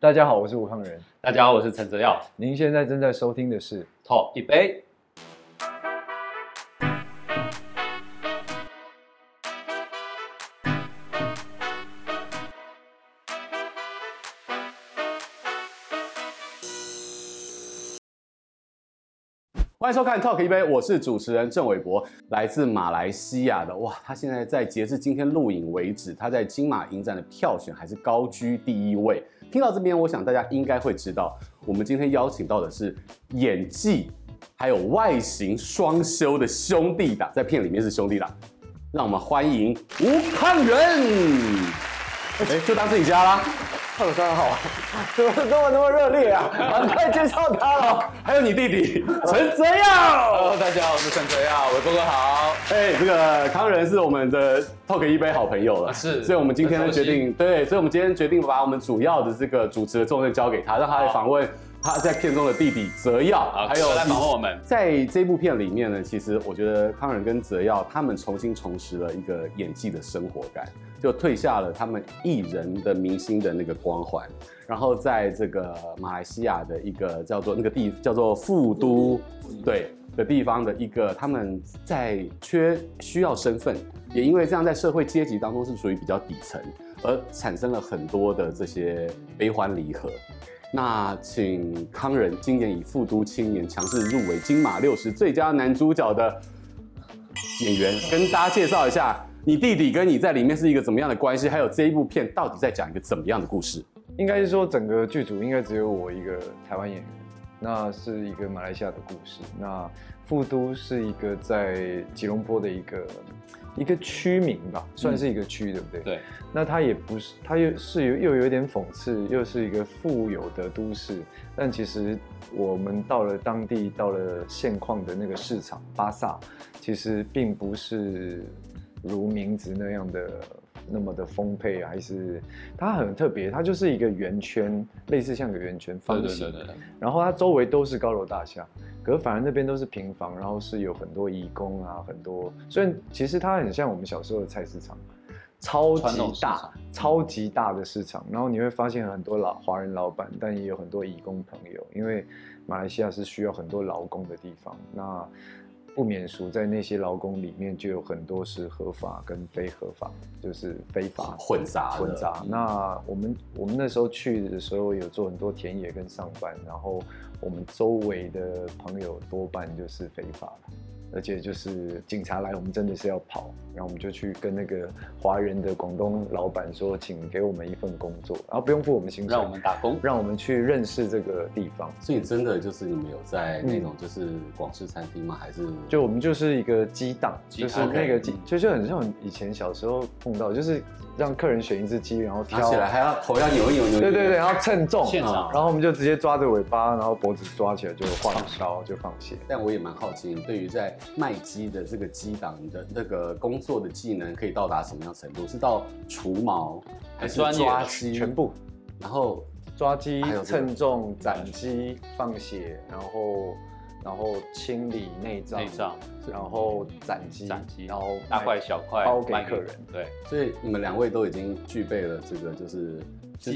大家好，我是吴康仁。大家好，我是陈泽耀，您现在正在收听的是，头一杯。欢迎收看《Talk 一杯》，我是主持人郑伟博，来自马来西亚的。哇，他现在在截至今天录影为止，他在金马影展的票选还是高居第一位。听到这边，我想大家应该会知道，我们今天邀请到的是演技还有外形双修的兄弟档，在片里面是兄弟档。让我们欢迎吴康仁，哎，就当自己家啦。 Hello，大家好，怎么跟我那么热烈啊？赶快介绍他了。 还有你弟弟陈泽耀。大家好，我是陈泽耀，伟哥哥好。哎、这个康仁是我们的 Talk 一杯好朋啊友了，是所以我们今天呢很熟决悉定，对，所以我们今天决定把我们主要的这个主持的重任交给他，让他来好访问他在片中的弟弟泽耀，好，还有来访问我们，在这部片里面呢，其实我觉得康仁跟泽耀他们重新重拾了一个演技的生活感，就退下了他们艺人的明星的那个光环，然后在这个马来西亚的一个叫做那个地叫做富都，对的地方的一个他们在缺需要身份，也因为这样在社会阶级当中是属于比较底层，而产生了很多的这些悲欢离合。那请康仁今年以《复都青年》强势入围金马六十最佳男主角的演员，跟大家介绍一下你弟弟跟你在里面是一个怎么样的关系，还有这一部片到底在讲一个怎么样的故事？应该是说整个剧组应该只有我一个台湾演员，那是一个马来西亚的故事。那富都是一个在吉隆坡的一个一个区名吧，算是一个区，对不对？对，那它也不是，它又是有又有一点讽刺，又是一个富有的都市，但其实我们到了当地，到了现况的那个市场巴萨，其实并不是如名字那样的那么的丰沛，还是它很特别，它就是一个圆圈，类似像个圆圈对方对对形，对对，然后它周围都是高楼大厦，可是反而那边都是平房，然后是有很多义工啊，很多，所以其实它很像我们小时候的菜市场，超传统级市大场、超级大的市场。然后你会发现很多老华人老板，但也有很多义工朋友，因为马来西亚是需要很多劳工的地方。那不免俗，在那些劳工里面就有很多是合法跟非合法，就是非法啊混杂的混杂。那我们我们那时候去的时候有做很多田野跟上班，然后我们周围的朋友多半就是非法的，而且就是警察来，我们真的是要跑，然后我们就去跟那个华人的广东老板说，请给我们一份工作，然后不用付我们薪水，让我们打工。让我们去认识这个地方。所以真的就是你们有在那种就是广式餐厅吗？还是就我们就是一个激荡，就是那个，OK 鸡，就是很像以前小时候碰到，就是让客人选一只鸡，然后拿挑起，来还要头要扭一扭扭一扭？对对对，然后称重，现场然后我们就直接抓着尾巴，然后脖子抓起来就画着刀就放血。但我也蛮好奇，你对于在卖鸡的这个鸡档你的那个工作的技能可以到达什么样程度？是到除毛，还是专业抓鸡？全部然后抓鸡还有、这个称重、斩鸡、放血，然后然后清理内脏，内脏，然后斩鸡，斩鸡，然后大块小块包给卖客人。对，所以你们两位都已经具备了这个就是就是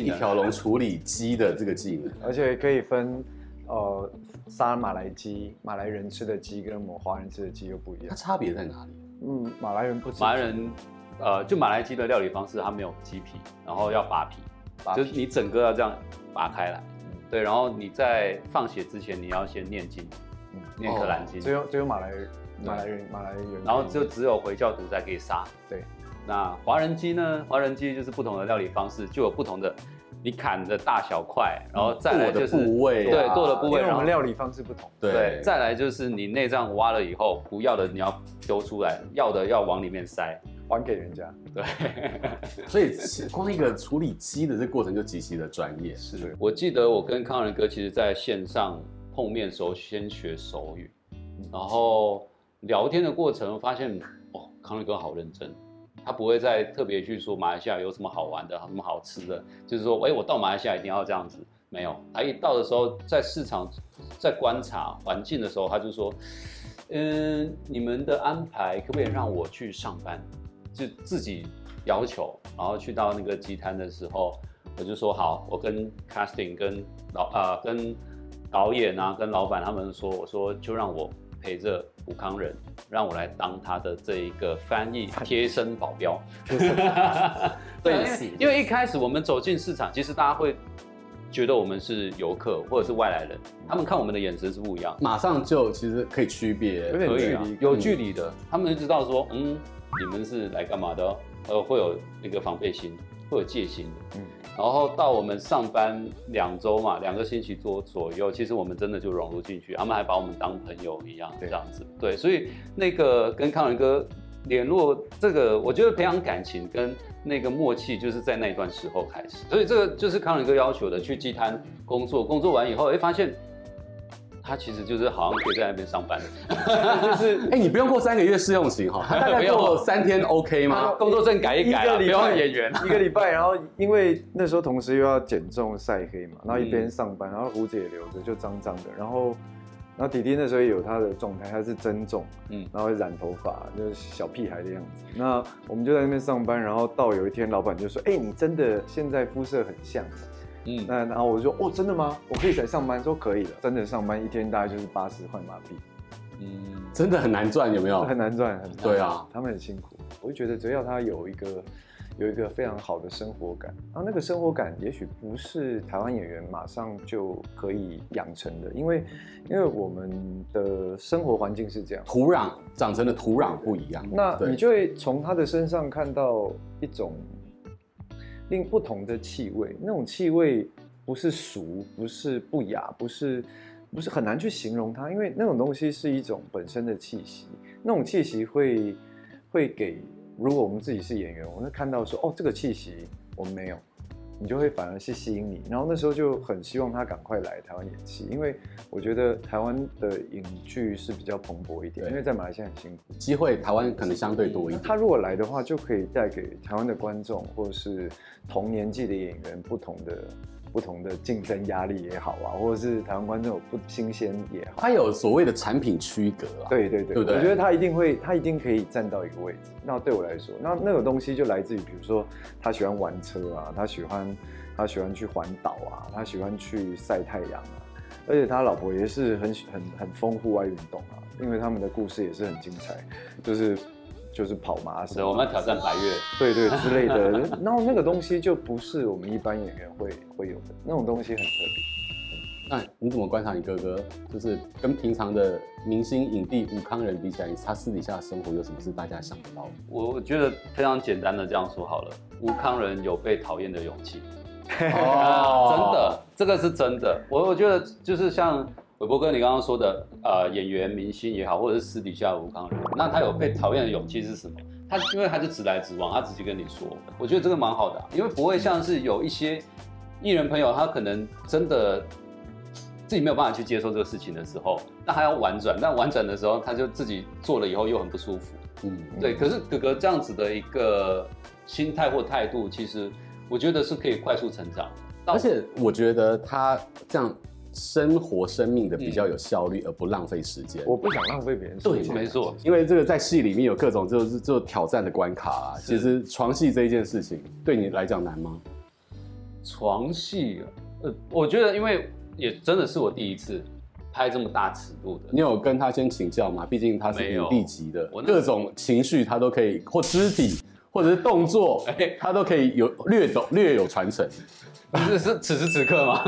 技一能条龙处理鸡的这个技能。而且可以分，呃，杀马来鸡，马来人吃的鸡跟我们华人吃的鸡又不一它样。差别在哪里？嗯，马来人不吃马来人，呃，就马来鸡的料理方式，它没有鸡皮，然后要拔皮，拔就是你整个要这样拔开来。嗯对，然后你在放血之前，你要先念经，嗯念可兰经，只有只有马来人对马来人马来人，然后就只有回教徒才可以杀。对，那华人鸡呢？华人鸡就是不同的料理方式，就有不同的，你砍的大小块，然后再剁来就的是部位啊对，剁的部因为位，我然后们料理方式不同，对，再来就是你内脏挖了以后，不要的你要丢出来，要的要往里面塞。还给人家。对， 所以其光一个处理鸡的这个过程就极其的专业。对我记得我跟康仁哥其实在线上碰面的时候，先学手语，然后聊天的过程发现，哦，康仁哥好认真，他不会再特别去说马来西亚有什么好玩的、什么好吃的，就是说，哎，我到马来西亚一定要这样子。没有，他一到的时候，在市场在观察环境的时候，他就说，嗯，你们的安排可不可以让我去上班？就自己要求，然后去到那个集摊的时候，我就说好，我跟 casting 跟老啊、跟导演啊跟老板他们说，我说就让我陪着吴康仁，让我来当他的这一个翻译贴身保 镖。对，因类似为因为一开始我们走进市场，其实大家会觉得我们是游客或者是外来人，他们看我们的眼神是不一样的，马上就其实可以区别嗯有，点可以距啊离，有距离的，他们就知道说，嗯，你们是来干嘛的哦？呃，会有那个防备心，会有戒心的。嗯然后到我们上班两周嘛，两个星期多左右，其实我们真的就融入进去，他们还把我们当朋友一样这对样子。对，所以那个跟康仁哥联络，这个我觉得培养感情跟那个默契，就是在那一段时候开始。所以这个就是康仁哥要求的，去鸡摊工作，工作完以后，哎，发现他其实就是好像可以在那边上班，就是哎、你不用过三个月试用期 哈，他大概过三天 OK 吗？工作证改一改啊，不要演员。一个礼拜，然后因为那时候同时又要减重晒黑嘛，然后一嗯边上班，然后胡子也留着，就脏脏的。然后，然后弟弟那时候也有他的状态，他是增重，嗯嗯，然后染头发，就是小屁孩的样子。那我们就在那边上班，然后到有一天老板就说：“哎、你真的现在肤色很像。”嗯，那然后我就说：“哦，真的吗？我可以来上班？”说可以的，真的上班一天大概就是八十块马币，嗯，真的很难赚，有没有？哦很难赚，很难赚对啊，他们很辛苦。我就觉得只要他有一个有一个非常好的生活感，啊，那个生活感也许不是台湾演员马上就可以养成的，因为因为我们的生活环境是这样，土壤长成的土壤不一样，那对你就会从他的身上看到一种令不同的气味，那种气味不是俗，不是不雅，不是不是很难去形容它，因为那种东西是一种本身的气息，那种气息会会给，如果我们自己是演员，我们会看到说哦，这个气息我们没有。你就会反而是吸引你，然后那时候就很希望他赶快来台湾演戏，因为我觉得台湾的影剧是比较蓬勃一点，对因为在马来西亚很辛苦。机会台湾可能相对多一那点。他如果来的话，就可以带给台湾的观众或者是同年纪的演员不同的不同的竞争压力也好啊，或者是台湾观众有不新鲜也好。啊它有所谓的产品区隔啊，，对对对，对不对我觉得他一定会，他一定可以站到一个位置。那对我来说，那那个东西就来自于，比如说他喜欢玩车啊，他喜欢他喜欢去环岛啊，他喜欢去晒太阳啊，而且他老婆也是很喜很很疯户外运动啊，因为他们的故事也是很精彩，就是就是跑马拉松是，啊，我们要挑战白月。对对之类的， 然后那个东西就不是我们一般演员会会有的，那种东西很特别。那你怎么观察你哥哥？就是跟平常的明星影帝吴康仁比起来，他私底下的生活有什么是大家想不到的？我我觉得非常简单的这样说好了，吴康仁有被讨厌的勇气。 哦真哦的，这个是真的。我我觉得就是像韦伯哥你刚刚说的，呃，演员、明星也好，或者是私底下的吴康仁，那他有被讨厌的勇气是什么？他因为他就直来直往，他直接跟你说，我觉得这个蛮好的啊、因为不会像是有一些艺人朋友，他可能真的自己没有办法去接受这个事情的时候，那他要婉转，但婉转的时候，他就自己做了以后又很不舒服。嗯，对，可是哥哥这样子的一个心态或态度，其实我觉得是可以快速成长的。到而且我觉得他这样生活生命的比较有效率，而不浪费时间。我不想浪费别人时对间，啊没错，因为这个在戏里面有各种就是就挑战的关卡啊。其实床戏这一件事情对你来讲难吗？床戏，呃，我觉得因为也真的是我第一次拍这么大尺度的，你有跟他先请教吗？毕竟他是影帝级的没有我，那各种情绪他都可以，或肢体或者是动作哎，他都可以有略懂略有传承。 是是此时此刻吗？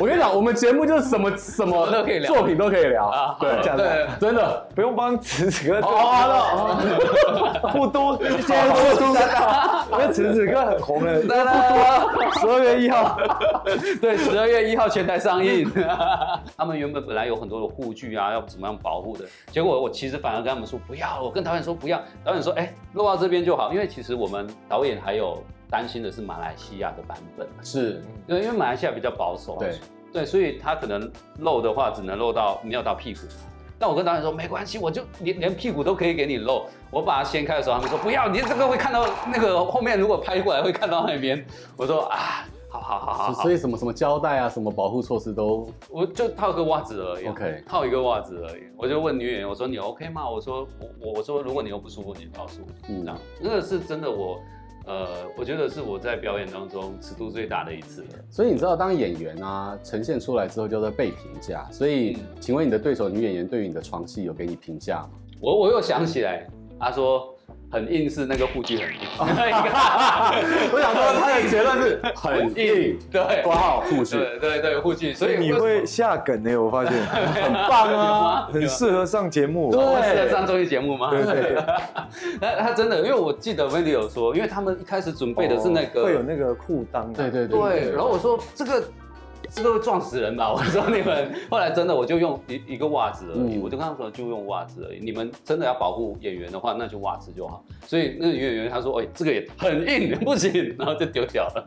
我跟你讲，我们节目就是什么什么都可以聊作品都可以聊啊，对，这样对子，真的。不用帮此此刻 哦，不都哦现在不都，啊因为此此刻很红的，十二月一号， 对，十二月一号全台上映。 他们原本本来有很多的护具啊，要怎么样保护的，结果我其实反而跟他们说不要，我跟导演说不要，导演说哎、录到这边就好，因为其实我们导演还有担心的是马来西亚的版本，是，对，因为马来西亚比较保守，啊对，对，所以他可能露的话只能露到没有到屁股。但我跟导演说没关系，我就连连屁股都可以给你露。我把它掀开的时候，他们说不要，你这个会看到那个后面，如果拍过来会看到那边。我说啊，好好好好好，所以什么什么胶带啊，什么保护措施都我就套个袜子而已啊 OK 套一个袜子而已。我就问女演员，我说你 OK 吗？我说我我我说如果你又不舒服，你告诉我。嗯嗯，这样那个是真的我，呃，我觉得是我在表演当中尺度最大的一次了。所以你知道，当演员啊呈现出来之后，叫做被评价。所以，嗯请问你的对手女演员对于你的床戏有给你评价吗？我我又想起来，他说很硬是那个护具很硬，哦我想说，他的结论是很硬， 对挂号护士。对对对护具，所所以以你为会下梗呢、我发 现很棒有啊啊吗，很适合上节目。啊什么我适合上综艺节目吗？对对， 他他真的，因为我记得 Wendy 有说，因为他们一开始准备的是那个哦会有那个裤裆，啊对对对，然后我说这个这个会撞死人吧？我 说你们后来真的我就用一一个袜子而已，嗯我就跟他们说就用袜子而已。你们真的要保护演员的话，那就袜子就好。所以那个女演员她说，哎、这个也很硬， 不行，然后就丢掉了。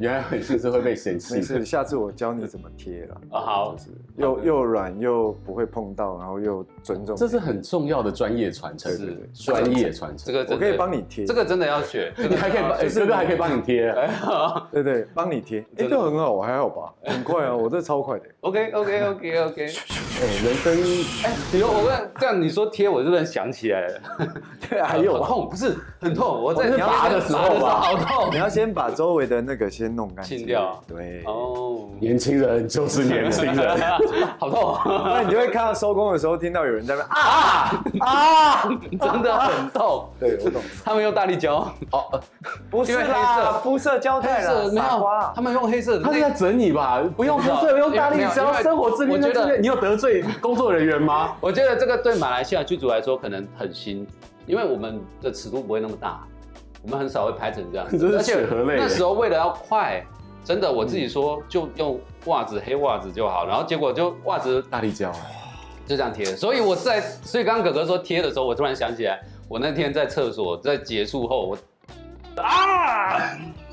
原来很性是会被嫌弃没的。事，下次我教你怎么贴了。啊好就是又又软又不会碰到，然后又尊重。这是很重要的专业传承，是专业传承。这个我真可的以帮你贴，这个真的要 学，这你个哎还可以帮，哎真哥的哥还可以帮你贴。要学。对对，帮你贴，哎，真的这很好，还好吧？很快啊，我这超快的。 OK OK OK OK，哎，人生哎，你说我问这样你说贴，我就能想起来了，对，还有很吧？痛不是很痛，我在哦是贴拔的拔时候啊吧好痛 你要先把周围的那个先弄干净清掉对，哦，年轻人就是年 轻人，好痛。不然你就会看到收工的时候听到有人在那啊 边啊。啊啊！ 真的很痛，对，我懂，他们用大力胶，哦，不因为黑色肤色交代啦，没傻瓜啊有，他。们用黑色的他是在那。整你吧？不用不知道不是用大力因为因胶，为生活自律我觉在得这边，你有得罪工作人员吗？我觉得这个对马来西亚剧组来说可能很新，因为我们的尺度不会那么大，我们很少会拍成这样 真子，是而且血和泪那时候为了要快，真的我自己说就用袜子黑袜子就好，然后结果就袜子大力啊胶，就这样贴，所以我在，所以刚刚哥哥说贴的时候，我突然想起来，我那天在厕所在结束后，我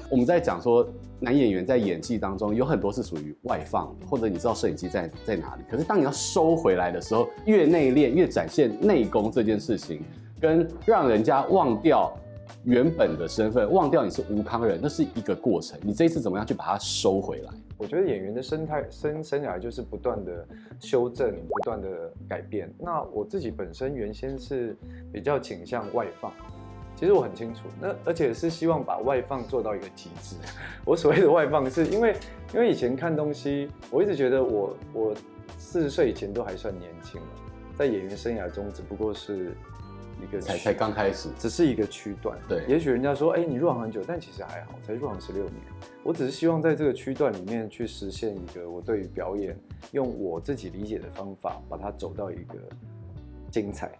我们在讲说。男演员在演技当中有很多是属于外放的，或者你知道摄影机在在哪里，可是当你要收回来的时候，越内敛越展现内功这件事情，跟让人家忘掉原本的身份，忘掉你是吴康人，那是一个过程。你这一次怎么样去把它收回来？我觉得演员的生态生生涯就是不断的修正，不断的改变。那我自己本身原先是比较倾向外放，其实我很清楚，那而且是希望把外放做到一个极致。我所谓的外放，是因为因为以前看东西，我一直觉得我我四十岁以前都还算年轻了，在演员生涯中只不过是一个才才刚开始，只是一个区段。对也许人家说，哎、你入行很久，但其实还好，才入行十六年。我只是希望在这个区段里面去实现一个我对于表演用我自己理解的方法，把它走到一个精彩。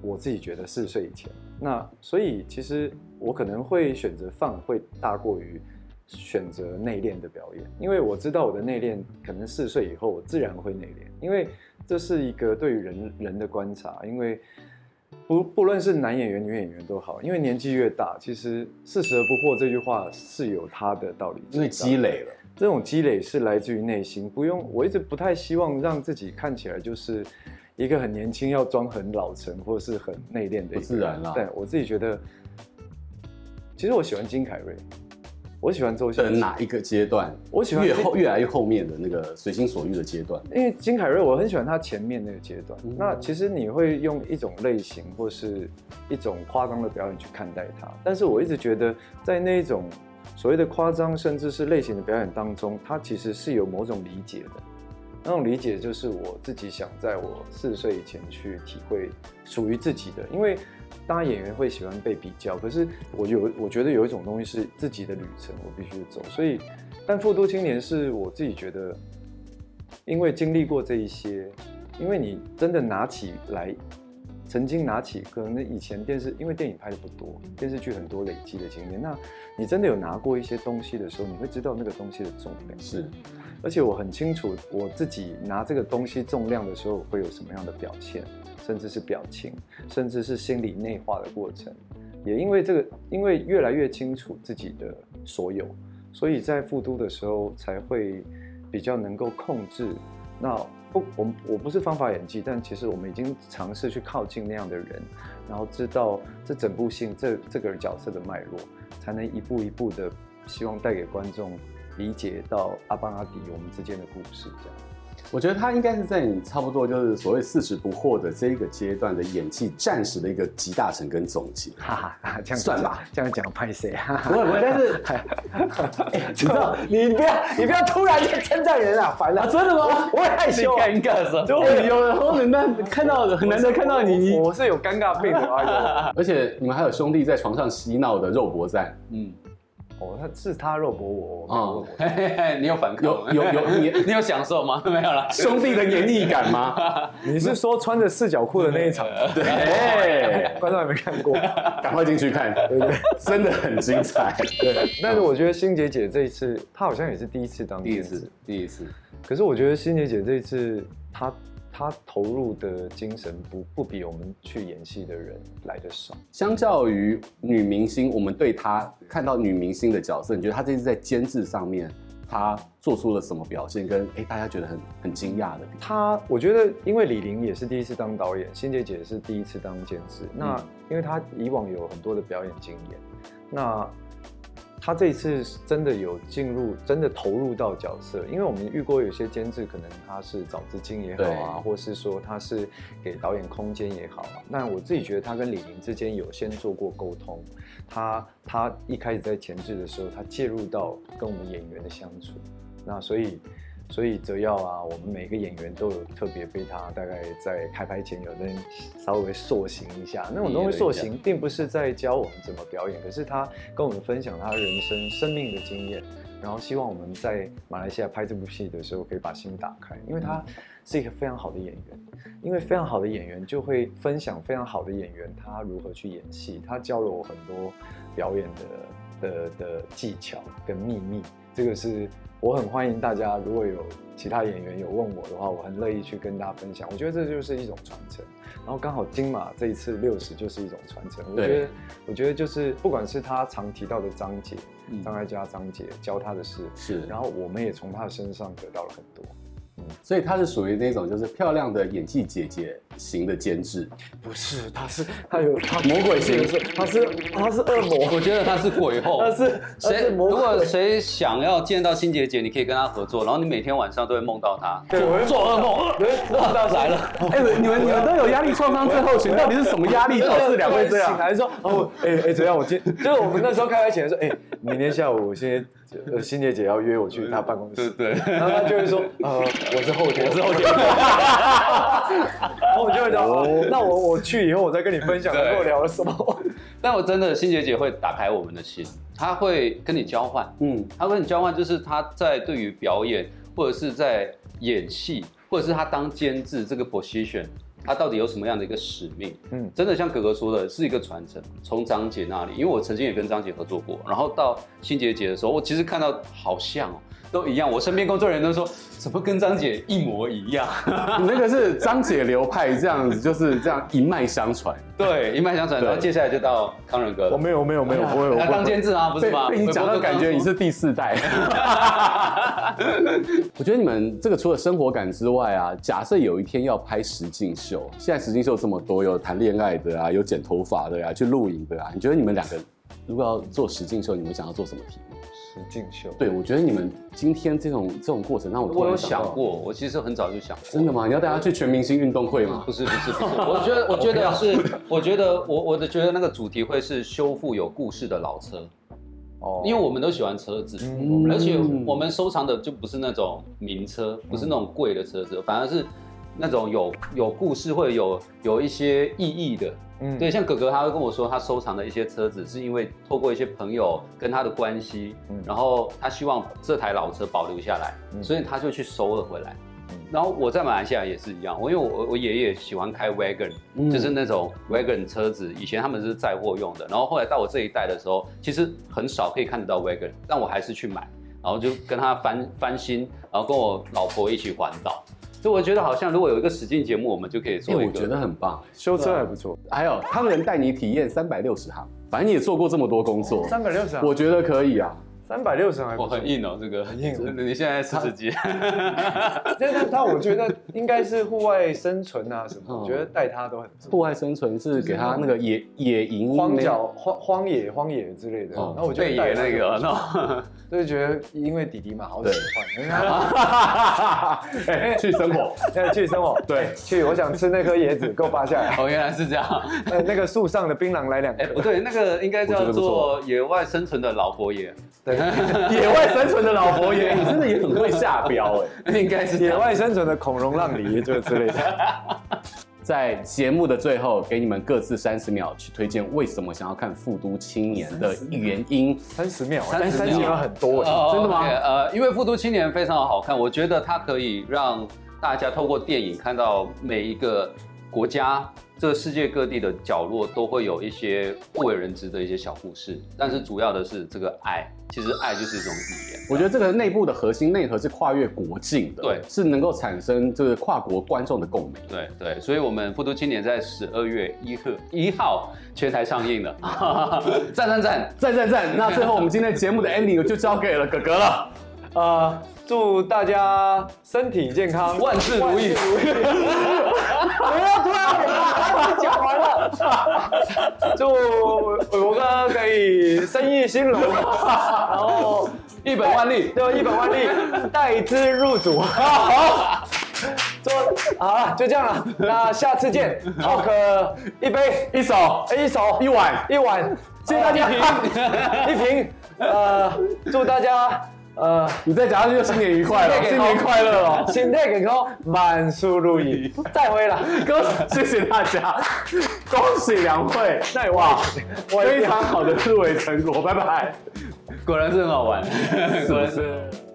我自己觉得四十岁以前，那所以其实我可能会选择放会大过于选择内敛的表演，因为我知道我的内敛可能四十岁以后我自然会内敛，因为这是一个对于人人的观察，因为不不论是男演员、女演员都好，因为年纪越大，其实四十而不惑这句话是有它的道理，因为积累了。这种积累是来自于内心，不用。我一直不太希望让自己看起来就是一个很年轻要装很老成或是很内敛的一个人不自然啦对我自己觉得，其实我喜欢金凯瑞，我喜欢周星等驰，哪一个阶段？我喜欢越这后越来越后面的那个随心所欲的阶段。因为金凯瑞，我很喜欢他前面那个阶段。嗯那其实你会用一种类型或是一种夸张的表演去看待他，但是我一直觉得在那一种所谓的夸张，甚至是类型的表演当中，他其实是有某种理解的。那种理解就是我自己想在我四十岁以前去体会属于自己的，因为当然演员会喜欢被比较，可是我有我觉得有一种东西是自己的旅程，我必须走。所以，但复读青年是我自己觉得，因为经历过这一些，因为你真的拿起来，曾经拿起，可能以前电视因为电影拍的不多，电视剧很多累积的经验，那你真的有拿过一些东西的时候，你会知道那个东西的重量。是，而且我很清楚我自己拿这个东西重量的时候会有什么样的表现，甚至是表情，甚至是心理内化的过程。也因为这个，因为越来越清楚自己的所有，所以在复都的时候才会比较能够控制。那不，我们我不是方法演技，但其实我们已经尝试去靠近那样的人，然后知道这整部戏这这个角色的脉络，才能一步一步的希望带给观众理解到阿邦阿迪我们之间的故事。这样， 我觉得他应该是在你差不多就是所谓四十不惑的这一个阶段的演技暂时的一个集大成跟总结。哈哈哈，这样算吧， 这样讲拍谁啊？ 不会不会，但是哎你知道你不要，你不要突然间称赞人啊，烦了、真的吗？我也害 羞、啊，尬死就我有时候很难看到，很难得看到你，你我我是有尴尬病的。 哎呦，而且你们还有兄弟在床上洗脑的肉搏战， 嗯， 哦，他是他肉搏我，我没有肉搏他嘿嘿嘿，你有反抗吗？有有有你 你有享受吗？ 没有啦。兄弟的黏腻感吗？你是说穿着四角裤的那一 场？对，观众还没看过。赶快进去看，对对真的很精彩。 对，但是我觉得欣姐姐这一次，她好像也是第一次当第一监制次，第一次，可是我觉得欣姐姐这一次，她她投入的精神不不比我们去演戏的人来的少。相较于女明星，我们对她看到女明星的角色，你觉得她这次在监制上面，她做出了什么表现？跟哎、大家觉得很很惊讶的地方，她我觉得，因为李玲也是第一次当导演，欣姐姐也是第一次当监制。那因为她以往有很多的表演经验，那她这一次是真的有进入，真的投入到角色。因为我们遇过有些监制，可能他是找资金也好啊，对或是说他是给导演空间也好啊。那我自己觉得他跟李玲之间有先做过沟通，他他一开始在前置的时候，他介入到跟我们演员的相处，那所以所以泽耀啊，我们每个演员都有特别被他大概在开拍前有人稍微塑形一下，那种东西塑形并不是在教我们怎么表演，可是他跟我们分享他人生生命的经验。然后希望我们在马来西亚拍这部戏的时候，可以把心打开，因为他是一个非常好的演员。因为非常好的演员就会分享非常好的演员他如何去演戏，他教了我很多表演的的的技巧跟秘密。这个是我很欢迎大家，如果有其他演员有问我的话，我很乐意去跟大家分享。我觉得这就是一种传承。然后刚好金马这一次六十就是一种传承。我觉对得，我觉得就是不管是他常提到的章节嗯，张艾嘉章节教他的事，是然后我们也从他的身上得到了很多。所以她是属于那种就是漂亮的演技姐姐型的监制，不是，他是 他有他魔鬼型是他是他是恶魔， 我觉得他是鬼后， 他是他谁是如魔鬼果谁想要见到欣姐姐，你可以跟她合作，然后你每天晚上都会梦到她，对我会做噩梦，梦到来了。哎、你们你们都有压力创伤症候群，到底是什么压力导致两位这醒样？来说哦，哎、哎、怎样？我今就是我们那时候开拍前说，哎、明天下午我先，呃，欣姐姐要约我去她办公对室，对， 然后她就会说，呃，我是后天，我是后天， 然后我就会讲，哦，那我我去以后我再跟你分享，对跟我聊了什么。但我真的欣姐姐会打开我们的心，她会跟你交换，嗯，她跟你交换就是她在对于表演或者是在演戏，或者是她当监制这个 position，她到底有什么样的一个使命？嗯真的像哥哥说的，是一个传承，从张姐那里，因为我曾经也跟张姐合作过，然后到欣姐姐的时候，我其实看到好像哦，都一样，我身边工作人员都说，怎么跟张姐一模一样？ 你那个是张姐流派这样子，就是这样一脉相传。对，一脉相承。对然后接下来就到康仁哥了，我没有没有没有，不会，我他不当会。监制啊，不是被吗？被你讲到，感觉你是第四代。 我觉得你们这个除了生活感之外啊，假设有一天要拍实境秀，现在实境秀这么多，有谈恋爱的啊，有剪头发的啊，去露营的啊，你觉得你们两个如果要做实境秀，你们想要做什么题目？石敬秀，对，我觉得你们今天这种这种过程让我突我有然到想，过，我其实很早就想过。真的吗？你要带他去全明星运动会吗不？是不是不是， 我觉得我觉得是，我觉得我我的觉得那个主题会是修复有故事的老车，哦因为我们都喜欢车子，嗯而且我们收藏的就不是那种名车，嗯不是那种贵的车子，反而是那种有有故事或者有有一些意义的，嗯对，像哥哥他会跟我说，他收藏的一些车子，是因为透过一些朋友跟他的关系，嗯然后他希望这台老车保留下来，嗯所以他就去收了回来。嗯然后我在马来西亚也是一样，我因为我我爷爷喜欢开 wagon，、嗯就是那种 wagon 车子，以前他们是载货用的，然后后来到我这一代的时候，其实很少可以看得到 wagon，但我还是去买，然后就跟他翻翻新，然后跟我老婆一起环岛。所以我觉得好像如果有一个实境节目，我们就可以因嗯做一为个。哎我觉得很棒。哎修车还不错，还有康仁带你体验三百六十行，反正你也做过这么多工作，三百六十，我觉得可以啊。三百六十还我不错很。硬哦，这个很硬哦 你现在四十几，但是他我觉得应该是户外生存啊什么，嗯我觉得带他都很重要户外生存是给他那个野野营荒那角、荒荒野、荒野之类的。哦那我觉得贝带爷那个，那哦就是觉得因为弟弟嘛，好喜 欢。 哎，去生活，要去生活，哎对去，我想吃那颗椰子，给我拔下来。 哦，原来 是这样。那那个树上的槟榔来两哎，个，不对，那个应该我觉叫得不错做野外生存的老佛爷， 野外生存的老佛爷，你真的也很会下标哎。应该是 这野样外生存的孔融让梨，就之类的。在节目的最后，给你们各自三十秒去推荐为什么想要看《复都青年》的原因。三十秒，啊30秒三十秒很多哎。哦真的吗 OK，呃，因为《复读青年》非常好看，我觉得它可以让大家透过电影看到每一个国家、这个世界各地的角落都会有一些不为人知的一些小故事，但是主要的是这个爱，其实爱就是一种语言。我觉得这个内部的核心内核是跨越国境的，对是能够产生就是跨国观众的共鸣。对对，所以我们《复读青年》在十二月一号一号全台上 映了，赞赞赞！赞赞赞！那最后我们今天节目的 ending 就交给了哥哥了。呃，祝大家身体健康，万事如意万事如意不要突然给我讲完了。祝伟博哥可以生意兴隆，然后一本万利，就一本万利，带资入主。好，做好了，就这样了。那下次见。浩哥，一杯，一手，一手，一碗一碗，谢谢大家。一瓶，呃，祝大家呃，你再讲下去就新年愉快了，新年快乐哦！心态健康，万事如 意。再会了，哥，谢谢 大家，恭喜两位，哇，我一定非常好的入围成果，拜拜。 果然是很好玩，果然是。是？